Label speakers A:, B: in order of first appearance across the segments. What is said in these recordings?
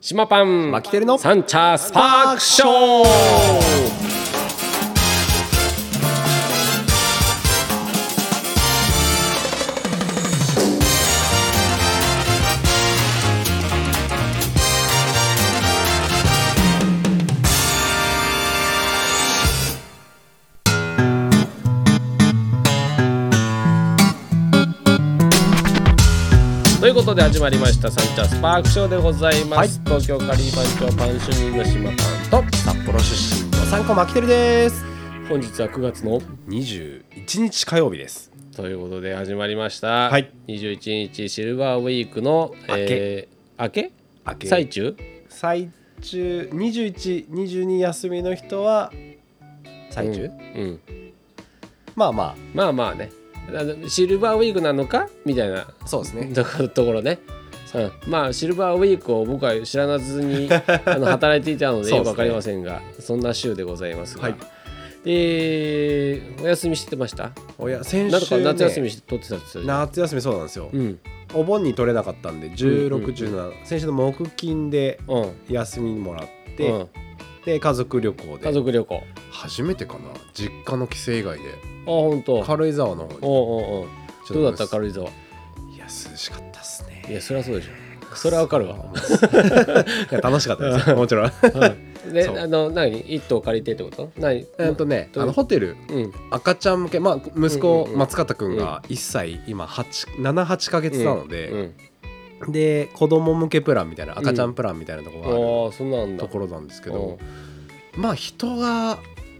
A: 島パン
B: マキテルの
A: サンチャースパークショーということで始まりましたサンチャースパークショーでございます、
B: はい
A: 東京カリー番長パン主任の島パンと
B: 札幌出身の参考マキテルです
A: 本日は9月の
B: 21日火曜日です
A: ということで始まりました、
B: はい、
A: 21日シルバーウィークの
B: 明け、
A: えー明け
B: 明け
A: 最中
B: 最中2122休みの人は最中、
A: うん、うん
B: まあま
A: まあまあねあのシルバーウィークなのかみたいな
B: あそうですね
A: とこところね、うん、まあシルバーウィークを僕は知らなず にあの働いていたので
B: そ
A: よ
B: うですね
A: くわかりませんがそんな週でございますが、
B: はい
A: でお休みしてました
B: おや先
A: なん
B: 週、
A: か
B: ね、
A: 夏休みして取ってたって言ってたじゃん
B: 夏休みそうなんですよ、
A: うん
B: お盆に取れなかったんで
A: うんうん
B: 1617、先週の木金で
A: うん
B: 休みもらって、
A: うん、
B: で家族旅行
A: 家
B: で
A: 族旅行あ
B: 初めてかな実家の帰省以外で
A: 本当
B: 軽井沢の方に
A: おうおうおう
B: ちょ
A: どうだった
B: い
A: 軽井沢
B: や涼しかったっすね
A: いやそりゃそうでし ょそれはわかるわ
B: いや楽しかったですよもちろん
A: で
B: そう
A: あの何一棟借りてってこと何
B: えっとね あのホテル
A: うん
B: 赤ちゃん向けまあ息子
A: うんうんうん
B: 松方くんが1歳今78ヶ月なの
A: う
B: で、
A: ん、
B: で子供向けプランみたいな赤ちゃんプランみたいなとこ
A: ああ
B: ろがある
A: ーそうなんだ
B: ところなんですけ
A: うん
B: どまあ人が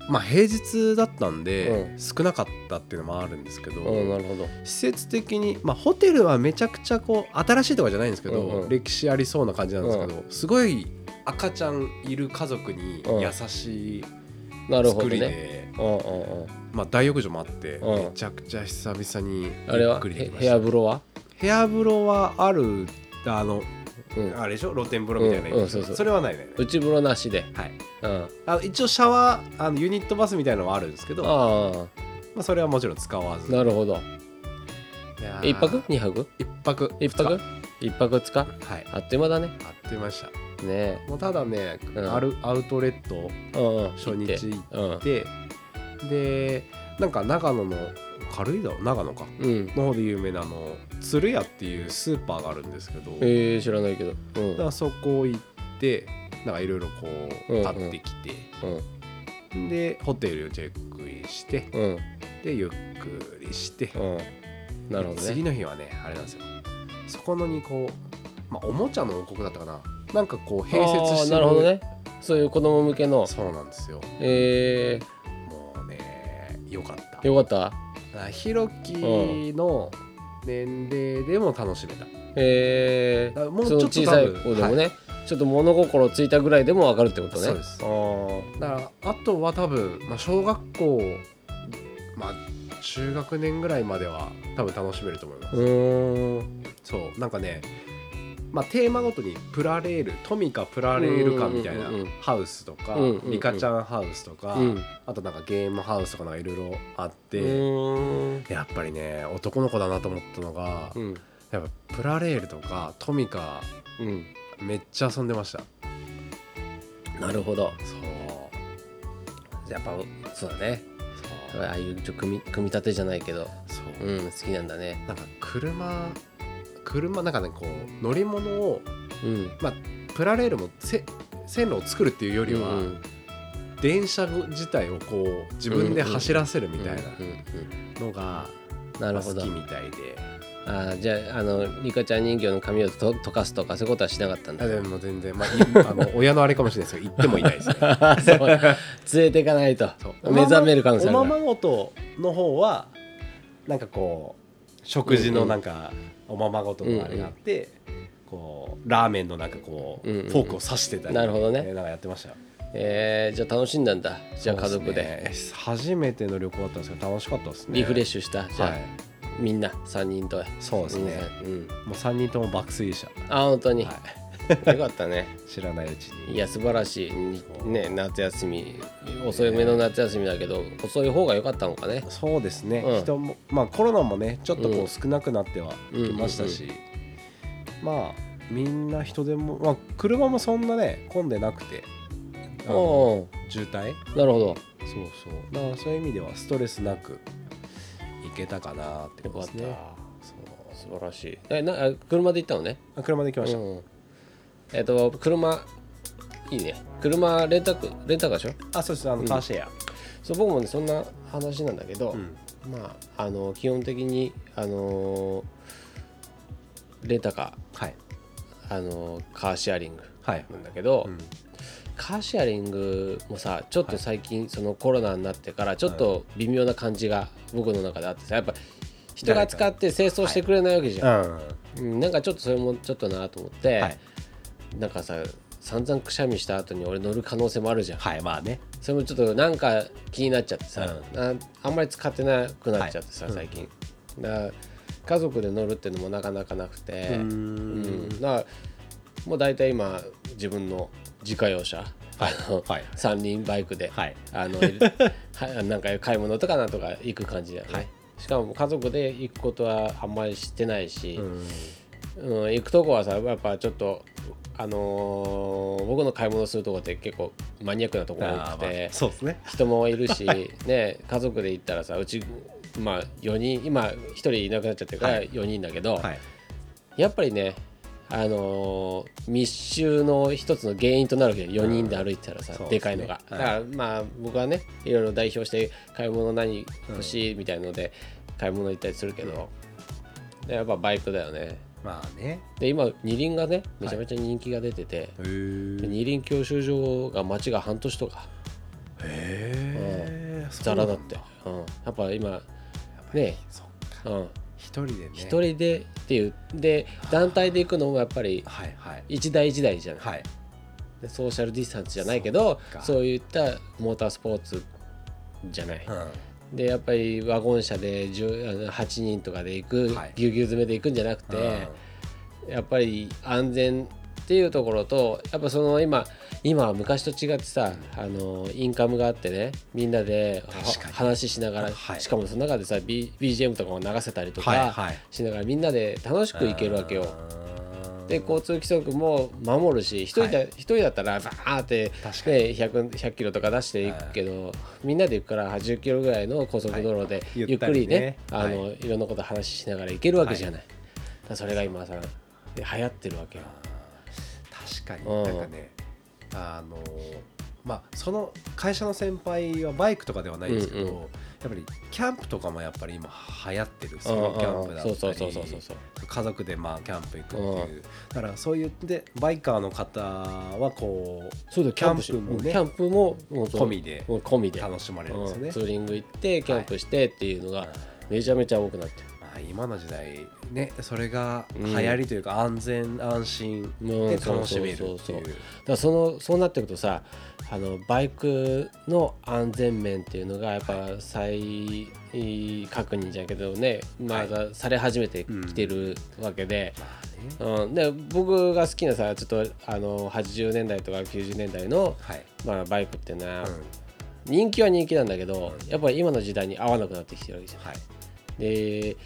B: まあ平日だったん
A: う
B: で少なかったっていうのもあるんですけど、
A: うん、なるほど。
B: 施設的に、まあ、ホテルはめちゃくちゃこう新しいとかじゃないんですけど、
A: うんうん
B: 歴史ありそうな感じなんですけど、すごい赤ちゃんいる家族に
A: うん
B: 優しい
A: なるほ
B: 作
A: ど
B: りで、
A: ね。うんうんうん。
B: まあ、大浴場もあって、
A: うん
B: めちゃくちゃ久々に
A: あれ
B: ゆっ
A: は
B: くりできま
A: へ部
B: した
A: 屋風呂は？
B: 部屋風呂はあるあの
A: うん。
B: あれでしょ露天風呂みたいな、
A: うんうんそうそう
B: れはないね、
A: 内風呂なしで。
B: はい、
A: うん。
B: あの一応シャワーあのユニットバスみたいなのはあるんですけどま
A: あ
B: あ、それはもちろん使わ
A: あ、
B: ず
A: なるほど。
B: いやー
A: 一泊？二泊？
B: 一泊
A: 一
B: 二
A: 泊
B: 日？
A: 一泊二日？
B: はい
A: あっという間だね。
B: あっという間でした
A: ね
B: もうただね、
A: うん
B: あるアウトレット
A: え。うんうん。
B: 初日行っ
A: 行って。
B: てでなんか長野の軽井沢長野か
A: うん。うん。
B: の方で有名なあの鶴屋っていうスーパーがあるんですけど、
A: えー、知らないけど。うん
B: だか。らそこ行ってなんかいろいろこ
A: うんう
B: うん買ってきて、
A: うん
B: でホテルをチェックインして
A: うん
B: でゆっくりして、
A: うん。なるほど
B: 次
A: ね。
B: の日はねあれなんですよそこのにこう、まあ、おもちゃの王国だったかななんかこう併設して
A: あーなるほどね。そういう子供向けの。
B: そうなんですよ
A: え
B: もうねよかった
A: ー、よかった。
B: あひろきの年齢でも楽しめた、
A: え
B: だか
A: ー、
B: らもう
A: その
B: ちょ
A: 小
B: っと
A: さい
B: 多分
A: 子でもね、ちょっと物心ついたぐらいでも分かるってことね。
B: そうです
A: あー
B: だからあとは多分、まあ、小学校まあ中学年ぐらいまでは多分楽しめると思います、
A: うーん。
B: そうなんかねまあ、テーマごとにプラレールトミカプラレール館みたいな
A: うんうんうんうん
B: ハウスとか、
A: うんうんうん
B: リカちゃんハウスとか、
A: うん。
B: あとなんかゲームハウスとかなんかいろいろあって、
A: うん。
B: やっぱりね男の子だなと思ったのが、
A: うん。
B: やっぱプラレールとかトミカ
A: うん。
B: めっちゃ遊んでました
A: なるほど。
B: そう
A: やっぱ、そうだね。
B: そう
A: ああいうちょ組み組み立てじゃないけど、
B: そう
A: うん、好きなんだね。
B: なんか車車なんかねこう乗り物を
A: うん。
B: まあプラレールもせ線路を作るっていうよりは、
A: うんうん
B: 電車自体をこう自分で走らせるみたい
A: うんうん
B: なのが
A: うんな
B: ま
A: る
B: あ
A: ほ
B: 好
A: ど
B: き。みたいで
A: あーじゃあ、あの、リカちゃん人形の髪をと溶かすとか、そういうことはしなかったんだ
B: あ。でも全然、まあ、い あの親のあれかもしれないですけど行ってもいないですね
A: そう連れていかないと
B: そう
A: 目覚める可能性ある
B: お
A: か
B: ま
A: ら
B: まごとの方はなんかこう食事のなんかおままごとのあれがあって、こうラーメンのなんかこう、
A: うんうん
B: フォークを刺してたり
A: なるほどね
B: なんかやってましたよ
A: えーじゃあ楽しんだんだじゃあ家族で
B: そうすね初めての旅行だったんですけど楽しかったですね
A: リフレッ
B: シ
A: シュした、じゃあ、
B: はい
A: みんな3人と
B: そうですね、
A: うん、
B: もう3人とも爆睡でし
A: あ本当
B: た、
A: に、
B: は
A: よかったね
B: い、知らないうちに
A: いや素晴らしいに
B: そう
A: ね夏休み遅いめの夏休みだけど遅い方が良かったのかね
B: そうですね、
A: うん
B: 人もまあコロナもねちょっとこ
A: うん
B: う少なくなってはきましたし、まあみんな人でも、まあ、車もそんなね混んでなくて
A: あ
B: あ
A: あ
B: の渋滞
A: なるほど
B: そうそうだからそういう意味ではストレスなく行けたかなってことですね
A: よか
B: そう
A: 素晴らしいえなあ車で行ったのね
B: あ車で行きました、
A: うんえっ、と車いいね車レンタクレンタカーでしょ
B: あそうですあのカーシェア、
A: そう僕もねそんな話なんだけど、
B: うん
A: まああの基本的にあのーレンタカ
B: はい
A: ーあのーカーシェアリング
B: はい
A: なんだけど、
B: うん
A: カーシェアリングもさちょっと最近、そのコロナになってからちょっと微妙な感じが僕の中であってさやっぱ人が使って清掃してくれないわけじゃん、
B: う
A: うんなんかちょっとそれもちょっとなと思って、
B: んはい
A: なんかさ散々くしゃみした後に俺乗る可能性もあるじゃん
B: はいまあね
A: それもちょっとなんか気になっちゃってさ、ああんまり使ってなくなっちゃってさ、
B: はい
A: 最近、だから家族で乗るっていうのもなかなかなくて
B: うーん
A: うんだからもう大体今自分の自家用車、あの
B: はい
A: 三輪バイクで、
B: はい
A: あの はいなんか買い物とかなんとか行く感じだよね、
B: はい
A: しかも家族で行くことはあんまりしてないし、
B: うん
A: うん、行くとこはさやっぱちょっとあのー僕の買い物するとこって結構マニアックなとこ多
B: あ
A: く
B: ーま
A: て
B: あ、そうですね
A: 人もいるしね家族で行ったらさうちまあ4人今1人いなくなっちゃってるから
B: は
A: 4人だけど、
B: はい
A: やっぱりねあのー密集の一つの原因となるわけよ4人で歩いてたらさ、
B: そう
A: で
B: です
A: か
B: ね
A: いのが、
B: はい
A: だからまあ僕はねいろいろ代表して買い物何欲しいみたいので買い物行ったりするけど、でやっぱバイクだよね
B: まあね
A: で今二輪がねめちゃめちゃ人気が出てて、
B: へ
A: で
B: ー
A: 二輪教習所が町が半年とか
B: へえ
A: ザラだってう、ん、やっぱ今ね
B: そっか
A: うん
B: 一人でね
A: 一人でっていうで団体で行くのもやっぱり
B: はいはい
A: 一台一台じゃない、
B: はい
A: でソーシャルディスタンスじゃないけど
B: そっか
A: そういったモータースポーツじゃない、
B: うん
A: でやっぱりワゴン車で10あの8人とかで行く、
B: はい
A: ぎゅうぎゅう詰めで行くんじゃなくて、やっぱり安全っていうところとやっぱその今今は昔と違ってさ、あのインカムがあってねみんなでは
B: 確かに
A: 話しながら、
B: はい
A: しかもその中でさ、B、BGM とかも流せたりと
B: はいは
A: か
B: い
A: しながらみんなで楽しく行けるわけよ。
B: うん
A: で交通規則も守るし一人だ,、一人だったらバーって、
B: 確かに
A: ね、100, 100キロとか出していくけど、みんなで行くから80キロぐらいの高速道路で、
B: ゆ
A: ゆっ
B: った
A: くり
B: り
A: ね
B: ね
A: あの、い、ろんなこと話しながら行けるわけじゃない、だからそれが今さで流行ってるわけよ
B: 確かに
A: うん
B: なんかねあのまあその会社の先輩はバイクとかではないんですけど、
A: うんうん
B: やっぱりキャンプとかもやっぱり今流行ってるス
A: うんうん
B: ノ
A: うん
B: ーキャンプだったり
A: そうそうそうそうそう
B: 家族でまあキャンプ行くっていう、だからそういうでバイカーの方はこ
A: そうだよキャンプし
B: キャンプもね
A: キャンプももうそう
B: 込みで
A: もう込み
B: う
A: で
B: 楽しまれるんですよ
A: う
B: ね
A: ん、ツーリング行ってキャンプしてっていうのがめちゃめちゃ多くなってる
B: まあ、今の時代ねそれが流行りというか安全、安心
A: うん
B: で楽しめるってい
A: そう
B: う
A: そうそうだからそのそうなってくるとさあのバイクの安全面っていうのがやっぱ再確認じゃんけどねまあされ始めてきてるわけで、
B: まあ
A: う
B: ね
A: んで僕が好きなさちょっとあの80年代とか90年代の、
B: はい、
A: まあ、バイクっていうのは、
B: うん
A: 人気は人気なんだけどやっぱり今の時代に合わなくなってきてるわけじゃん。
B: はい
A: で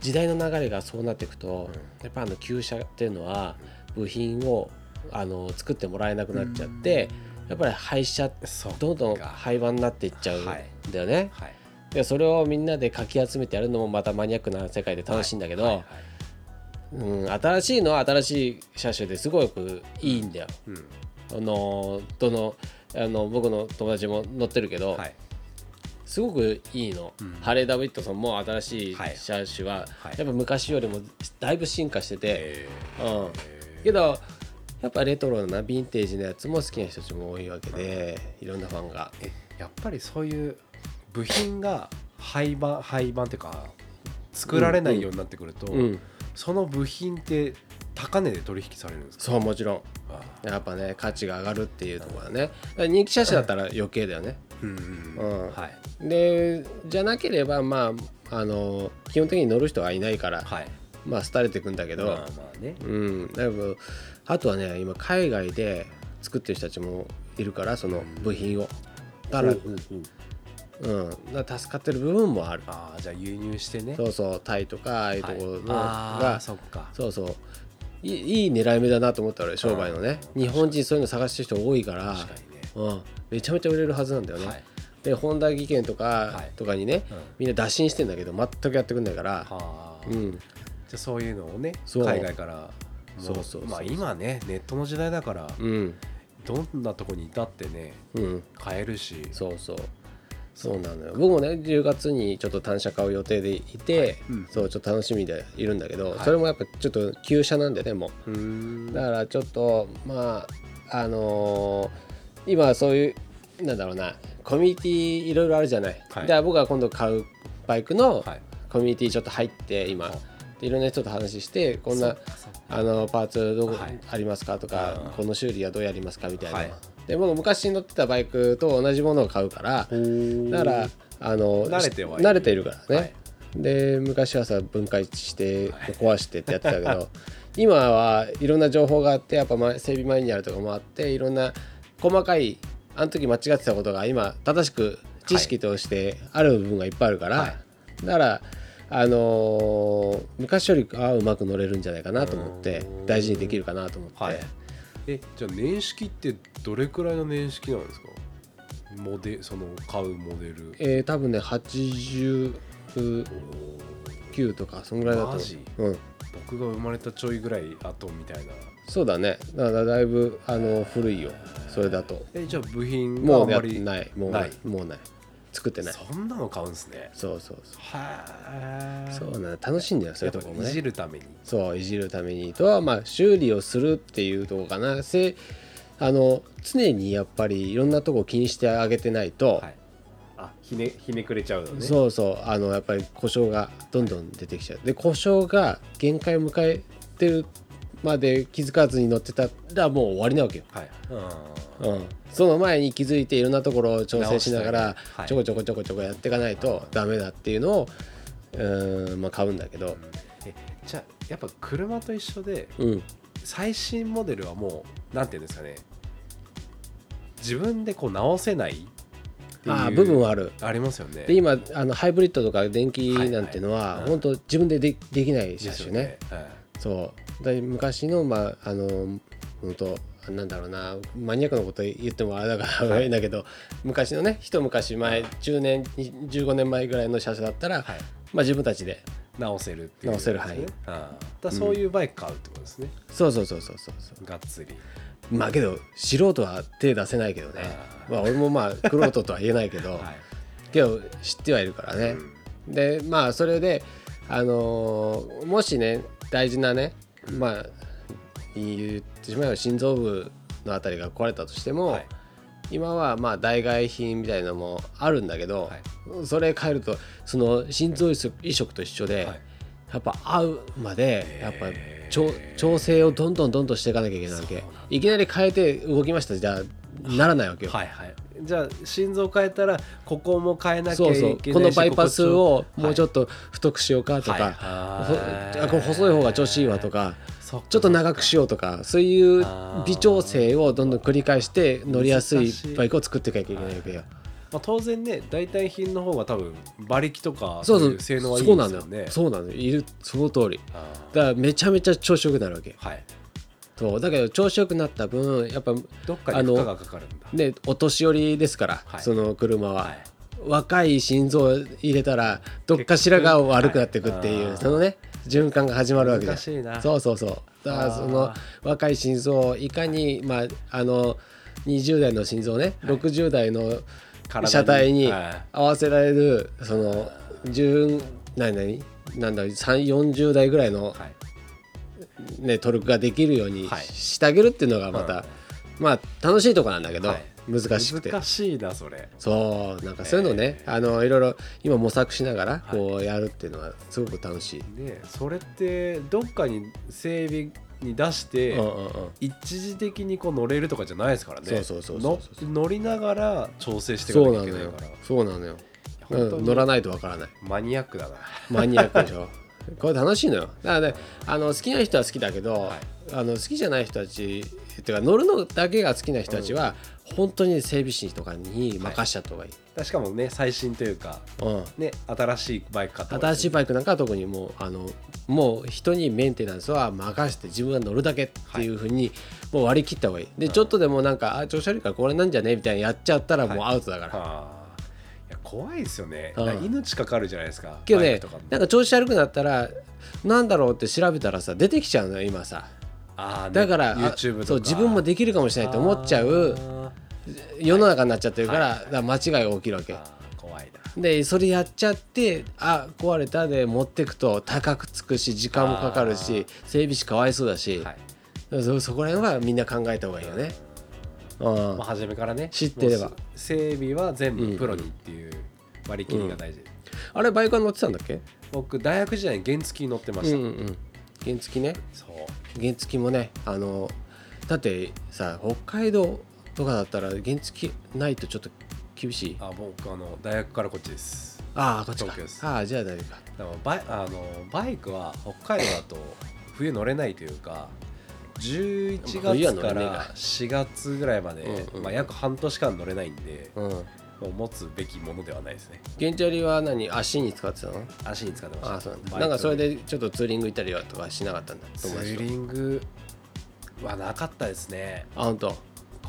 A: 時代の流れがそうなっていくと、やっぱあの旧車っていうのは部品をあの作ってもらえなくなっちゃって、やっぱり廃車
B: そう
A: どんどん
B: か
A: 廃盤になっていっちゃう
B: はい
A: んだよね、
B: はい
A: でそれをみんなでかき集めてやるのもまたマニアックな世界で楽しいんだけど、
B: はいはい
A: うん、新しいのは新しい車種ですごくいいんだよ。
B: うん
A: あのどのあの僕の友達も乗ってるけど、
B: はい
A: すごくいいの、ハレー・ダビッドソンも新しい車種は、
B: はい
A: やっぱ昔よりもだいぶ進化してて、
B: え
A: うん、けどやっぱレトロなヴィンテージのやつも好きな人たちも多いわけで、いろんなファンが
B: ーえやっぱりそういう部品が廃盤廃盤っていうか作られないようになってくると、
A: うん
B: その部品って高値で取引されるんですか
A: そうもちろん
B: あ
A: やっぱね価値が上がるっていうところだねだから人気車種だったら余計だよね、
B: ーうんうん
A: うん
B: はい
A: でじゃなければまああの基本的に乗る人はいないから、
B: はい
A: まあ廃れてくんだけど、
B: まあまあね
A: うん、だいぶあとはね今海外で作ってる人たちもいるからその部品をだから,、
B: うんうん
A: うん、だから助かってる部分もある
B: ああじゃあ輸入してね
A: そうそうタイとかああいうところの、
B: はいあー
A: が
B: そっか
A: そうそういいい狙い目だなと思った俺商売のね日本人そういうの探してる人多いから
B: 確かにね
A: うん、めちゃめちゃ売れるはずなんだよね、
B: はい
A: で本田技研とか
B: はい
A: とかにね、
B: うん
A: みんな打診してんだけど全くやってくんないから、
B: はあ、
A: う
B: じ
A: ん、
B: ゃあそういうのをね
A: そう
B: 海外からも
A: そうそうそう
B: まあ今ねネットの時代だから
A: うん
B: どんなとこにいたってね
A: うん
B: 買えるし
A: そうそうそうなのよ僕もね10月にちょっと単車買う予定でいて、
B: うん
A: そうちょっと楽しみでいるんだけど、
B: はい
A: それもやっぱちょっと旧車なんでねも
B: うー
A: うんだからちょっとまああのー今そういうなんだろうなコミュニティいろいろあるじゃない、
B: は
A: だ
B: い
A: から僕が今度買うバイクの
B: はい
A: コミュニティちょっと入って今、
B: はい
A: でいろんな人と話してこんな
B: そうかそうか
A: あのパーツどこ
B: はい
A: ありますかとか、
B: うん
A: この修理はどうやりますかみたいな、
B: はい
A: でもう昔に乗ってたバイクと同じものを買うからだからあの
B: 慣れてはいる
A: 慣れているからね、
B: はい
A: で昔はさ分解して壊してってやってたけど、 今はいろんな情報があってやっぱま整備マニュアルとかもあっていろんな細かいあの時間違ってたことが今正しく知識としてある部分がいっぱいあるから、
B: はい
A: だから、あのー昔よりああうまく乗れるんじゃないかなと思って
B: うん
A: 大事にできるかなと思って、
B: はいえじゃあ年式ってどれくらいの年式なんですかモデその買うモデル
A: えー多分ね89とかそんぐらいだと
B: マジ
A: 思う、うん、
B: 僕が生まれたちょいぐらい後みたいな
A: そうだねだからだいぶあの古いよそれだと
B: えじゃあ部品があ
A: も
B: ん
A: うや
B: ま
A: っ
B: り
A: ないもう
B: ない
A: もうない作ってない
B: そんなの買うんですね
A: そうそうそ
B: は
A: う
B: あ
A: そうなんだ楽しいんだよそういうとこも
B: いじ
A: ね
B: るために
A: そういじるためにとはまあ修理をするっていうとこかなせあの常にやっぱりいろんなとこ気にしてあげてないと、
B: はいあひねひねくれちゃうのね
A: そうそうあのやっぱり故障がどんどん出てきちゃうで故障が限界を迎えてるまで気づかずに乗ってたらもう終わりなわけよ、
B: はいうん
A: うん、その前に気づいていろんなところを調整しながら
B: 直したりはい
A: ちょこちょこちょこちょこやっていかないとダメだっていうのをうーんまあ買うんだけど
B: えじゃあやっぱ車と一緒で
A: うん
B: 最新モデルはもうなんていうんですかね自分でこう直せないっていう
A: ああ部分はある
B: ありますよね
A: で今あのハイブリッドとか電気なんての
B: はい
A: は
B: はい
A: 本当自分ででできない車
B: です
A: 種
B: よ
A: ね
B: ねはい
A: そうだ昔のまああの本当なんだろうなマニアックなこと言ってもあれだから
B: はい
A: いいんだけど、昔のね一昔前10年に15年前ぐらいの車種だったら、
B: はい
A: まあ、自分たちで
B: 直せるっていう
A: 直せる範囲
B: ですねああだからそういうバイク買うってことですね、
A: そうそうそうそうそうそう
B: がっつり
A: まあけど素人は手出せないけどね
B: あー
A: まあ俺もまあ苦労人とは言えないけど、
B: はい
A: けど知ってはいるからね、でまあそれであのーもしね大事なねまあ言ってしまえば心臓部のあたりが壊れたとしても、
B: はい
A: 今はまあ代替品みたいのもあるんだけど、
B: は
A: それ変えるとその心臓移植移植と一緒で、
B: はい
A: やっぱ合うまでやっぱ
B: へー
A: 調調整をどんどんどんどんしていかなきゃいけないわ
B: そう
A: け
B: なんだ
A: いきなり変えて動きましたじゃあならないわけよ、
B: はいはいじゃあ心臓変えたらここも変えなきゃ
A: そ
B: いうけ
A: そ
B: な
A: う
B: いし
A: このバイパスをもうちょ
B: っ
A: っと太くしようかと
B: はい
A: か、
B: はい
A: ほあこれ細い方が調子いいわとか
B: と、はい
A: ちょっと長くしようとかそういう
B: あー
A: 微調整をどんどん繰り返して乗りやすい
B: 難しい
A: バイクを作っていかなきゃいけないわけよ。
B: まあ、当然ね代替品の方が多分馬力とか
A: そうそう
B: い性能はいい
A: そう
B: で
A: な
B: す
A: の
B: よ
A: よ
B: ね。う
A: そうなのよいるその通り
B: あー
A: だからめちゃめちゃ調子よくなるわけ
B: はい
A: そうだけど調子よくなった分やっぱ
B: どっかに負荷がかかるんだ。
A: ねお年寄りですから、
B: はい
A: その車は、
B: はい
A: 若い心臓を入れたらどっかしらが悪くなっていくっていう、
B: はい
A: そのね循環が始まるわけだ
B: 難しいな
A: そうそうそうだから
B: あー
A: その若い心臓をいかにまああの20代の心臓ね、60代の
B: 体に
A: 車体に
B: はい
A: 合わせられるその10何何なんだろう3 40代ぐらいの、
B: はい
A: ね、トルクができるように
B: はい
A: してあげるっていうのがまた、
B: うん
A: まあ楽しいとこなんだけど、
B: はい
A: 難しくて
B: 難しいなそれ。
A: そうなんかそういうのね、あのいろいろ今模索しながらこうやるっていうのはすごく楽しい、
B: ねそれってどっかに整備に出して、
A: うんうんうん
B: 一時的にこう乗れるとかじゃないですからね。
A: そうそうそうそうそう
B: の乗りながら調整していか
A: そう
B: なき
A: ない
B: ゃけ
A: の
B: ない
A: よ
B: から。
A: そうなのよ、
B: いや本当
A: うん、
B: に
A: 乗らないとわからない
B: マニアックだな。
A: マニアックで しょこれ楽しいのよだからねあの好きな人は好きだけど、
B: はい
A: あの好きじゃない人たちっていうか乗るのだけが好きな人たちは、本当に整備士とかに任しちゃった方がいい、
B: しかもね最新というか
A: うん
B: ね新しいバイク買った
A: 新しい
B: イ
A: バイクなんかは特にもうあのもう人にメンテナンスは任せて自分が乗るだけっていうふうにもう割り切った方がいいで、ちょっとでもなんかあ調子悪いからこれなんじゃねみたいなやっちゃったらもうアウトだから、
B: あーいや怖いですよね、
A: うん
B: だから命かかるじゃないですか
A: けど
B: バイ
A: ね
B: クとかも
A: なんか調子悪くなったらなんだろうって調べたらさ出てきちゃうのよ今さ
B: あーね
A: だから、あ
B: YouTube とか
A: そう自分もできるかもしれないと思っちゃう
B: あ
A: 世の中になっちゃってるから,、
B: はい
A: 間違いが起きるわけ
B: ーあー怖いな
A: でそれやっちゃってあ壊れたで持ってくと高くつくし時間もかかるし整備士かわいそうだし、
B: はい
A: そそこら辺はみんな考えた方がいいよね、うん
B: まあ、初めからね
A: 知ってれば
B: もう整備は全
A: うん
B: 部プロにっていう割り切りが大事、
A: あれバイクは乗ってたんだっけ
B: 僕大学時代に原付に乗ってました、
A: うんうん原付ね
B: そう
A: 原付もねあのだってさ北海道とかだったら原付ないとちょっと厳しい
B: あ僕あの大学からこっちです
A: ああこっちか
B: 東京です
A: ああじゃあ大丈夫か
B: だからバイあのバイクは北海道だと冬乗れないというか11
A: 冬は
B: 月
A: 乗れ
B: か
A: ねえから
B: 4月ぐらいまで、
A: うんうん
B: まあ、約半年間乗れないんで、
A: うん
B: もう持つべきものではないですね
A: 原チャリは何足に使ってたの
B: 足に使ってました
A: ああそうなん
B: バイ
A: だ
B: ク
A: なんかそれでちょっとツーリング行ったりはとかしなかったんだ
B: ツ
A: 友達
B: ー
A: と
B: リングはなかったですね
A: あ本当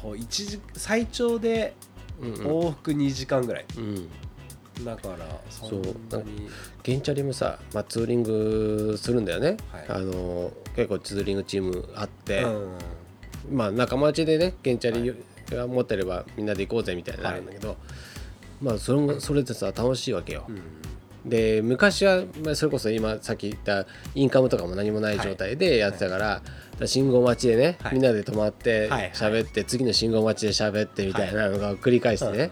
B: こう一時最長で
A: うんうん、
B: 往復2時間ぐらい、
A: うん、
B: だからそ
A: うんそう
B: なに
A: 原チャリもさ、まあ、ツーリングするんだよね、
B: はい
A: あの結構ツーリングチームあって、
B: うん
A: まあ仲間内でね原チャリが持ってればみんなで行こうぜみたいになるんだけど、まあそれもそれでさ楽しいわけよ、
B: うん
A: で昔はまあそれこそ今さっき言ったインカムとかも何もない状態でやってたから,、信号待ちでね、
B: はい
A: みんなで止まって
B: はいはい
A: 喋って、次の信号待ちで喋ってみたいなのが繰り返してね、
B: はい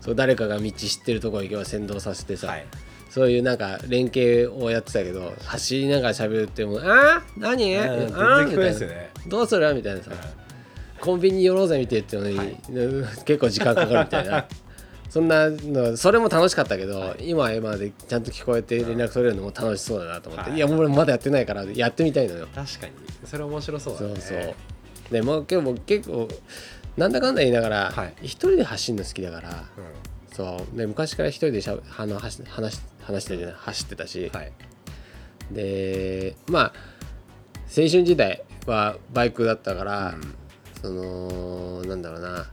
A: そう誰かが道知ってるところ行けば先導させてさ、
B: はい
A: そういうなんか連携をやってたけど走りながら喋るってもう「あー何
B: うん
A: あ
B: 全然
A: ー
B: 聞
A: み
B: こえ
A: た
B: な
A: い
B: いです
A: な
B: よね
A: どうする?」みたいなさ、コンビニ寄ろうぜ見てっていうのに、
B: はい
A: 結構時間かかるみたい なそんなのそれも楽しかったけど、今は今でちゃんと聞こえて連絡取れるのも楽しそうだなと思って、
B: はい
A: い、やもう俺まだやってないからやってみたいのよ、
B: 確かにそれ面白そうだ
A: そ
B: ね
A: うそうでもう結構結構なんだかんだ言いながら、
B: はい
A: 一人で走るの好きだから
B: うん
A: そうで昔から一人でしゃあの走話話してたじゃない走ってたし、
B: はい
A: でまあ青春時代はバイクだったから、
B: うん
A: そのなんだろうな、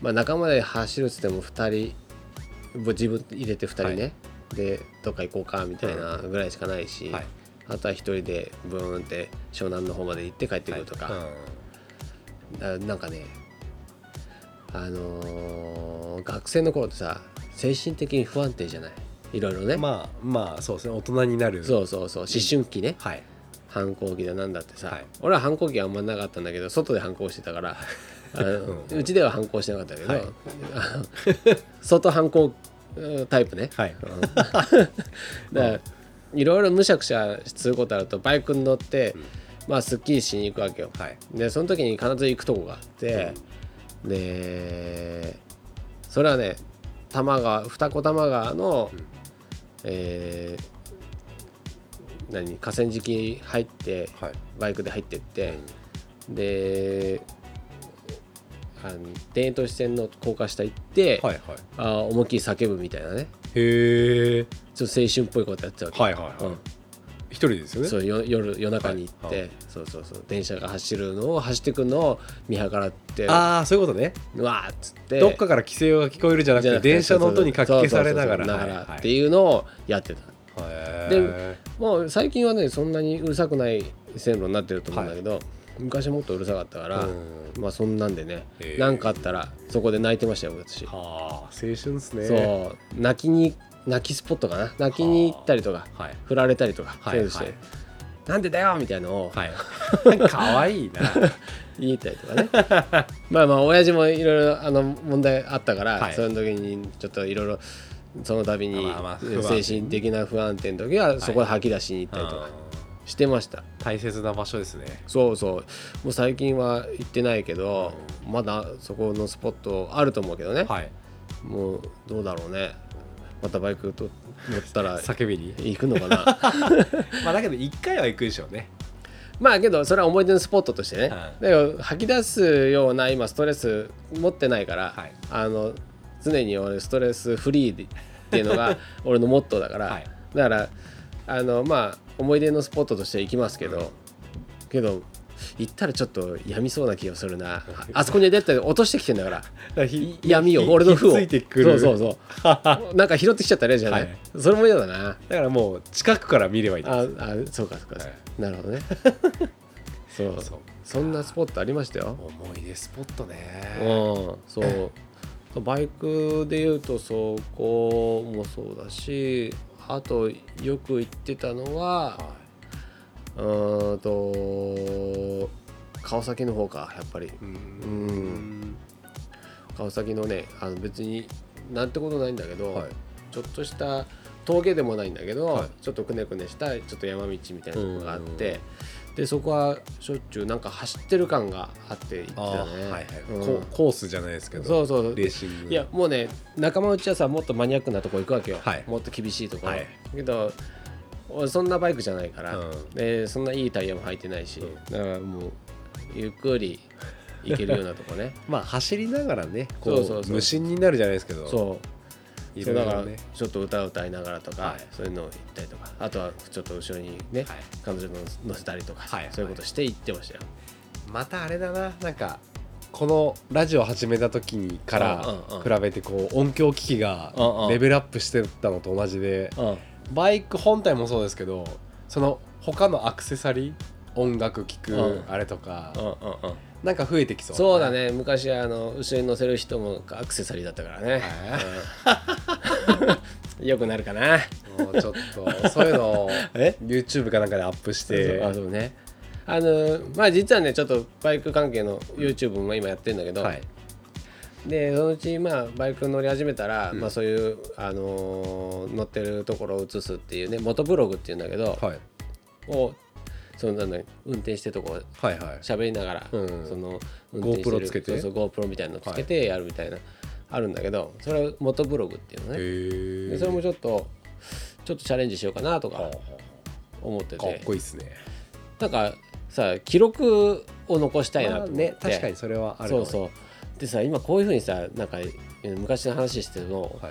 A: まあ、仲間で走るっつっても2人ぼ自分入れて2人ね、でどっか行こうかみたいなぐらいしかないし、
B: はい
A: あとは1人でブーンって湘南の方まで行って帰ってくるとか、
B: は
A: な
B: い
A: なんかねあのー学生の頃ってさ精神的に不安定じゃないいろいろね、
B: うんまあまあそうですね大人になる
A: そうそうそう思春期ね、
B: はい
A: 反抗期だなんだってさ、
B: はい
A: 俺は反抗期はあんまなかったんだけど外で反抗してたから あのうちでは反抗してなかったけど、
B: はい
A: あの 外反抗うんタイプね、
B: はい
A: うん だからいろいろむしゃくしゃすることあるとバイクに乗って、まあすっきりしに行くわけよ、
B: はい
A: でその時に必ず行くとこがあって、でそれはね多摩川二子玉川の、
B: うん
A: えー何河川敷入って
B: はい
A: バイクで入ってって、であの田園都市線の高架下行って、
B: はいはい
A: あー思いっきり叫ぶみたいなね
B: へえ
A: ちょっと青春っぽいことやってたわけ、
B: はいは
A: う
B: い
A: ん
B: はい一人ですよね
A: そうよ夜夜中に行って、
B: はいはい
A: そうそうそう電車が走るのを走ってくのを見計らって
B: ああそういうことね
A: うわーっつって
B: どっかから規制が聞こえるじゃなく
A: じゃ
B: て
A: なくて
B: 電車の音にかき消されながら
A: そうそうそう
B: はい
A: なが
B: は
A: ら
B: い
A: っていうのをやってた
B: へ
A: もう最近はねそんなにうるさくない線路になってると思うんだけど、昔はもっとうるさかったから、
B: うん
A: まあそんなんでね
B: へー
A: 何、なんかあったらそこで泣いてましたよ私、
B: ーはあ青春ですね
A: そう泣きに泣きスポットかな泣きに行ったりとか
B: はい
A: 振られたりとか、
B: はい
A: そういうのして、
B: はい
A: なんでだよみたいなのを
B: はい。かわいいな。
A: 言いたりとかねまあまあ親父もいろいろあの問題あったから、
B: はい
A: その時にちょっといろいろその度に
B: まあまあ不安定
A: 精神的な不安定の時はそこで吐き出しに行ったりとかしてました、
B: 大切な場所ですね。
A: そうそうもう最近は行ってないけど、まだそこのスポットあると思うけどね、
B: はい。
A: もうどうだろうねまたバイクと乗ったら
B: 叫びに。
A: 行くのかな
B: まあだけど一回は行くでしょうね。
A: まあけどそれは思い出のスポットとしてね、
B: はい
A: だけど吐き出すような今ストレス持ってないから、
B: はい
A: あの常に俺スト レスフリーでっていうのが俺のモットーだから、
B: はい
A: だからあのまあ思い出のスポットとして行きますけどけど行ったらちょっとやみそうな気がするなああそこに出て落としてきてんだから
B: らひ
A: 闇よ
B: ひ
A: 俺の負を
B: ひっついてくる
A: そう そうそうなんか拾ってきちゃったら嫌じゃない、
B: はい
A: それも嫌だな
B: だからもう近くから見ればいいん
A: あ
B: で
A: あそうかそうか、
B: はい
A: なるほど ねそう
B: す
A: そ
B: そうん
A: なスポットありましたよ
B: 思い出スポット
A: う
B: ね
A: んそうバイクでいうとそこもそうだしあとよく行ってたのは
B: は
A: うーんと川崎の方かやっぱり
B: いう
A: うん川崎のねあの別になんてことないんだけど、
B: はい
A: ちょっとした峠でもないんだけど、
B: はい
A: ちょっとくねくねしたちょっと山道みたいなところがあってでそこはしょっちゅうなんか走ってる感があって行って
B: ああ
A: た
B: はい
A: ね。
B: はい
A: うん
B: こコースじゃないですけど
A: そうそうそう
B: レーシング
A: いやもうね仲間内はさもっとマニアックなとこ行くわけよ、
B: はい
A: もっと厳しいところ、
B: はい
A: けど俺そんなバイクじゃないから、
B: うん
A: でそんないいタイヤも履いてないし、
B: うん
A: だからもうゆっくり行けるようなとこ ね
B: まあ走りながらねこう
A: そうそうそう
B: 無心になるじゃないですけど
A: そう
B: い
A: そ
B: ろ
A: う
B: い
A: だか
B: ろ
A: ら
B: ね
A: ちょっと歌を歌いながらとか、
B: はい
A: そういうのを言ったりとかあとはちょっと後ろにね、
B: はい
A: 彼女の乗せたりとか、
B: はい
A: そういうことして行ってましたよ。
B: またあれだななんかこのラジオ始めた時にか
A: うんう
B: ら
A: ん
B: 比べてこう音響機器
A: うんう
B: が
A: ん
B: レベルアップしてたのと同じでバイク本体もそうですけどその他のアクセサリー音楽聴
A: う
B: く
A: ん
B: あれとか
A: うんうんうん
B: なんか増えてきそう
A: そうだね昔あの後ろに乗せる人もアクセサリーだったからね、うんよくなるかな
B: もうちょっとそういうのを
A: え
B: YouTube かなんかでアップして
A: あそうねあのまあ実はねちょっとバイク関係の YouTube も今やってるんだけど、
B: はい
A: でそのうち、まあ、バイク乗り始めたら、まあ、そういう、あのー乗ってるところを映すっていうね元ブログっていうんだけど、
B: はい
A: をそのなんだ運転してるとこう
B: はいはい
A: 喋りながら、
B: うん
A: その運転してる
B: GoPro つけて
A: そうそう GoPro みたいなのつけてやるみたいな、あるんだけどそれを元ブログっていうのね、
B: へ
A: で
B: え
A: それもちょっとちょっとチャレンジしようかなとか思ってて、
B: かっこいいですね
A: なんかさ記録を残したいなと
B: ま
A: 思
B: あ
A: って、
B: ね確かにそれはある
A: そう
B: う
A: そうでさ今こういうふうにさなんかえ昔の話してるの、
B: は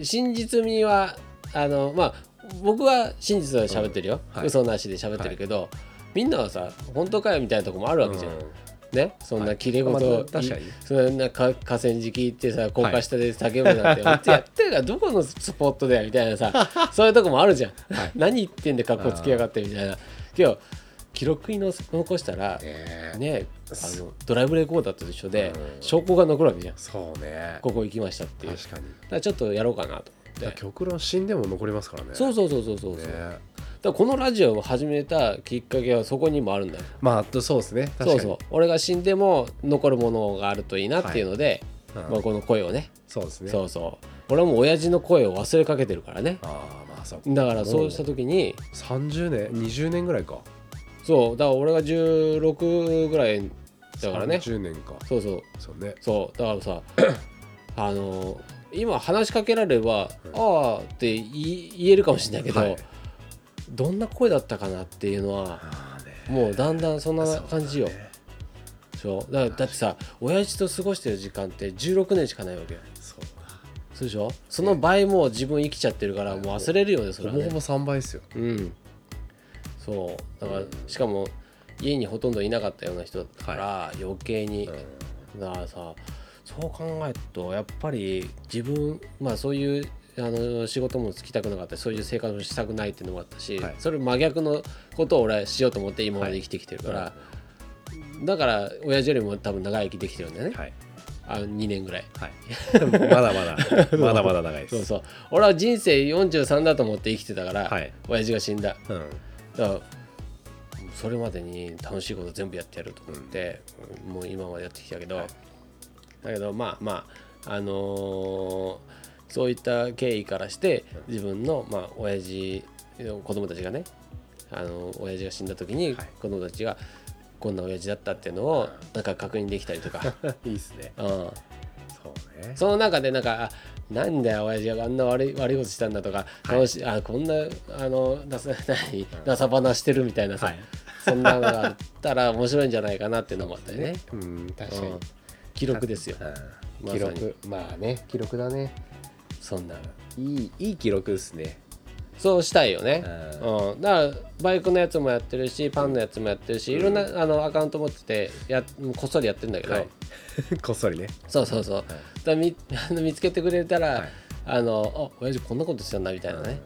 B: い
A: 真実味はあのまあ僕は真実は喋ってるよ、
B: うんはい
A: 嘘なしで喋ってるけど、みんなはさ本当かよみたいなとこもあるわけじゃん、ねそんな切れ事を、
B: まあ確かに
A: そんなか河川敷行ってさ高架下で叫ぶなんて、本 当やってるからどこのスポットだよみたいなさそういうとこもあるじゃん、
B: はい
A: 何言ってんで格好つけやがってみたいな今日記録にの残したら、
B: ね
A: ね、あのドライブレコーダーと一緒で
B: うん
A: 証拠が残るわけじゃん
B: そうね
A: ここ行きましたっていうだか
B: 確かに
A: らちょっとやろうかなと思って
B: 極論死んでも残りますからね
A: そうそうそうそうそうそう、だか
B: ね
A: らこのラジオを始めたきっかけはそこにもあるんだよ
B: まあとそうですね確か
A: そ
B: に
A: うそう俺が死んでも残るものがあるといいなっていうので、
B: はいうん
A: まあ、この声をね
B: そうですね
A: そうそう俺はもう親父の声を忘れかけてるからね
B: ああまあそう
A: だからそうした時に
B: 30年20年ぐらいか
A: そうだから俺が16ぐらいだからね
B: 30年か
A: そうそう
B: そうね
A: そうだからさ あの今話しかけられれば「ああ」って言い言えるかもしれないけど、
B: はい
A: どんな声だったかなっていうのは
B: ああね
A: もうだんだんそんな
B: そうだね
A: 感じよそうだからだってさ親父と過ごしてる時間って16年しかないわけよ
B: そうか
A: そうでしょその倍もう自分生きちゃってるからもう忘れるよねそれ
B: ほ
A: は
B: ぼほ
A: ね
B: ぼ3倍ですよ
A: うんそうだからしかも家にほとんどいなかったような人だったから、余計に、だからさそう考えるとやっぱり自分まあそういうあの仕事もつきたくなかったしそういう生活もしたくないっていうのもあったし、
B: はい
A: それ真逆のことを俺はしようと思って今まで生きてきてるから、だから親父よりも多分長生きできてるんだよね、
B: はい
A: あの2年ぐらい。
B: はい ま だまだまだまだ長いです
A: そうそう俺は人生43だと思って生きてたから、
B: はい
A: 親父が死んだ
B: うん
A: だからそれまでに楽しいこと全部やってやると思って、もう今までやってきたけど、だけどまあまああのーそういった経緯からして自分のまあ親父子供たちがねあの親父が死んだ時に
B: はい
A: 子供たちがこんな親父だったっていうのをなんか確認できたりと か、
B: いいですね
A: うん、
B: そうね
A: その中でなんかあなんだよ親父があんな悪い悪いことしたんだとか、楽しいあこんなあの なさ何なさ話してるみたいなさ、
B: はい
A: そんなのがあったら面白いんじゃないかなっていうのもあったりね
B: うん確か
A: う
B: に
A: ん記録ですよ
B: うん
A: まさ
B: 記
A: に
B: 録まあね記録だね
A: そんない
B: いいい記録ですね
A: そうしたいよね、
B: う
A: うん、だからバイクのやつもやってるしパンのやつもやってるし、いろんなあのアカウント持っててやこっそりやってんだけど、
B: はい こっそりね
A: そうそうそう、だみ あの見つけてくれたら、
B: はい
A: あのあ親父こんなことしてんだみたいなね、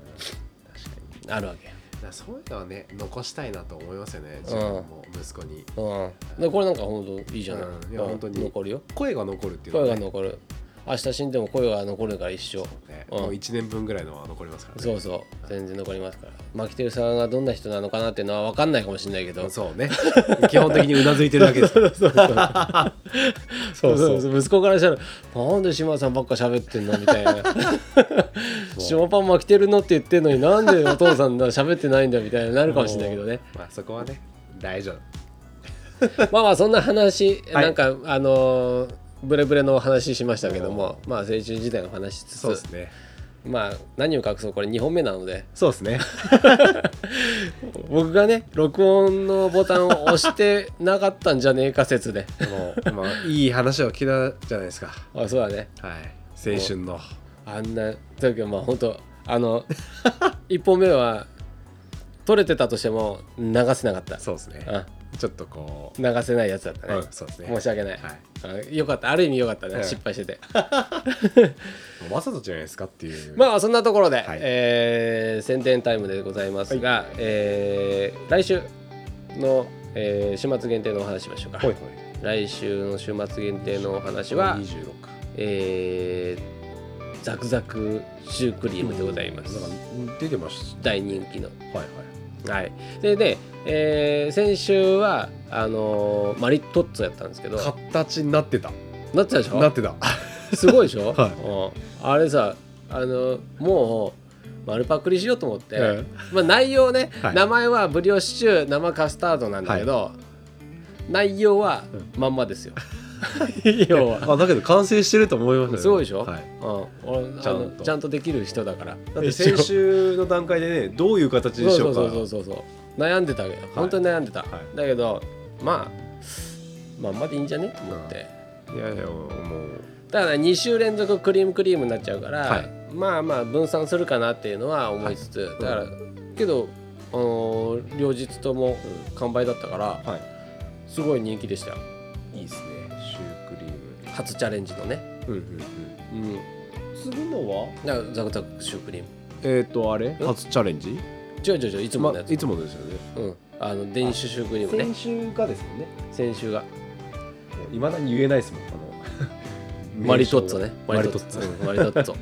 C: 確かに
A: あるわけよ
C: だからそういうのはね残したいなと思いますよね自分も息子に、
A: うん、でこれなんか本当いいじゃない,、
C: うんいや本当に
A: 残るよ
C: 声が残るっていうの
A: 声
C: は
A: が
C: ね
A: 残る明日死んでも声が残るから一生
C: ね
A: うん
C: もう1年分ぐらいのは残りますからね
A: そうそう全然残りますからマキテルさんがどんな人なのかなっていうのは分かんないかもしれないけど
C: そうね基本的にうなずいてるだけ ですから
A: そうそうそう息子からしたら「なんで島さんばっか喋ってんの?」み たいな「島パン巻きてるの?」って言ってんのになんでお父さんが喋ってないんだみたいになるかもしれないけどね
C: まあそこはね大丈夫
A: まあまあそんな話、
B: はい
A: なんかあのーブレブレの話しましたけどもまあ青春時代の話しつ
C: そうで
A: つ
C: すね
A: まあ何を隠そうこれ2本目なので
B: そうですね
A: 僕がね録音のボタンを押してなかったんじゃねえか説で
C: も う、まあ、いい話を聞いたじゃないですか
A: あそうだね
C: はい青春の
A: あんなだけどまあ本当あの1 本目は取れてたとしても流せなかった
C: そうですね
A: あ
C: ちょっとこう
A: 流せないやつだったね、
C: うんそうですね
A: 申し訳ない、
C: はい
A: あよかったある意味よかったね、
C: うん
A: 失敗してて
C: わざとじゃないですかっていう
A: まあそんなところで、
C: い
A: えー宣伝タイムでございますが、えー来週の、えー週末限定のお話しましょうか、
B: ほいほい
A: 来週の週末限定のお話は、
B: 26
A: えーザクザクシュークリームでございます、
B: なんか出てまし
A: 大人気の
B: たはいはい
A: はい、それで、えー先週はあのーマリトッツォやったんですけど
B: 形になってた
A: なってたでし
B: なっ
A: ょ
B: てた
A: すごいでしょ、
B: は
A: うんあれさあのもう丸パクリしようと思って、
B: うん
A: まあ、内容ね、
B: はい
A: 名前はブリオッシュ生カスタードなんだけど、内容はまんまですよ、 要 は。
B: あだけど完成してると思いましたよ
A: すごいでしょ、
B: はい
A: うん俺
B: ちゃ
A: あ
B: んと
A: のちゃんとできる人だから
B: だって先週の段階でねどういう形にし
A: そ
B: よ
A: う
B: う
A: そうそう
B: か
A: そうそう悩んでたわけど、本当に悩んでた、
B: い
A: だけどまあまあまだいいんじゃねと思って、
B: いやいやもう
A: ただから2週連続クリームクリームになっちゃうから、
B: はい
A: まあまあ分散するかなっていうのは思いつつ、だから、けど、あのー両日とも完売だったから、
B: はい
A: すごい人気でしたよ
B: いいですねシュークリー
A: 初チャレンジのね、
B: ムうんうんうん
A: うん、
B: 次のは
A: だからザクザクシュークリーム
B: えっ、ー、とあれ
A: ん
B: 初チャレンジ
A: 違う違う違ういつものやつ、
B: いつもですよね
A: うん、あの電子シュークリームね
B: 週がですもんね
A: 先週が
B: いまだに言えないですもんあの
A: マリトッツォね。
B: マリトッツ
A: マリトッツォ。マ
B: ォ
A: リ トッツォ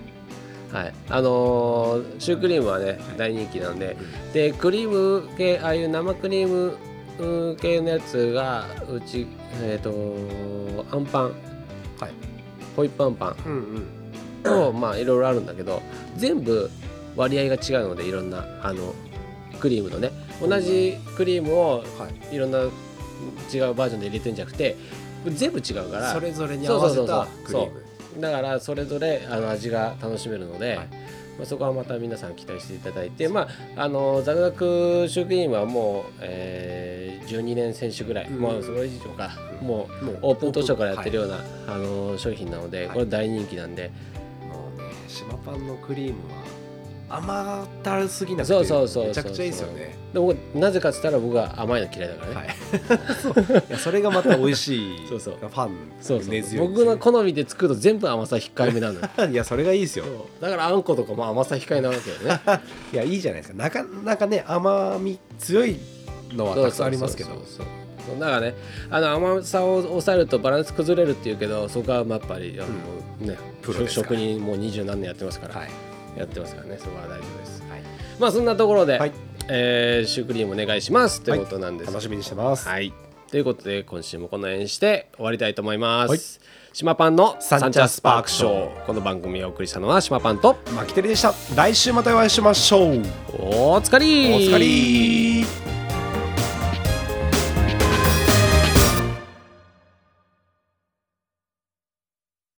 A: はい、あのーシュークリームはね大人気なんででクリーム系ああいう生クリームうん系のやつがうちえっ、とあんパン
B: はい
A: ホイップあんパン
C: うんうん
A: とまあいろいろあるんだけど全部割合が違うのでいろんなあのクリームのね同じクリームを
C: はい
A: いろんな違うバージョンで入れてんじゃなくて全部違うから
C: それぞれに合わせたクリ
A: そうそうそうそう
C: ーム
A: だからそれぞれあの味が楽しめるので、
C: はい
A: まあ、そこはまた皆さん期待していただいて、まあ、あのザクザクシュークリームはもう、えー12年選手ぐらい、
C: うん
A: もうそれ以上か、
C: うん
A: もう
C: もう
A: オープン当初からやってる
C: よ
A: ような、あの商品なので
C: はい
A: これ大人気なんで、
C: もうね島パンのクリームは甘ったるすぎなくて
A: そうそうそうそう
C: めちゃくちゃいいですよね
A: で僕なぜかっつったら僕は甘いの嫌いだからね、
C: はい そういやそれがまた美味しい
A: そうそう
C: ファン
A: そうそう
C: 根強い
A: 僕の好みで作ると全部甘さ控え めなのよ
C: いやそれがいいですよ
A: だからあんことかも甘さ控えなわけよね
C: いやいいじゃないですかなかなかね甘み強いのはたくさんありますけ
A: そう
C: ど
A: そうそうだからねあの甘さを抑えるとバランス崩れるっていうけどそこはまあやっぱりあの、ね
C: プロですから
A: 職人もう二十何年やってますから、
C: はい
A: やってますからねそこは大丈夫です
C: はい
A: まあそんなところで、
B: はい
A: えーシュークリームお願いしますってことなんです、
C: 楽しみにしてます
A: はいということで今週もこの辺にして終わりたいと思います、島パンのサンチャスパークショーこの番組をお送りしたのは島パンと
C: マキテリでした来週またお会いしましょう
A: おつかり
C: お疲れ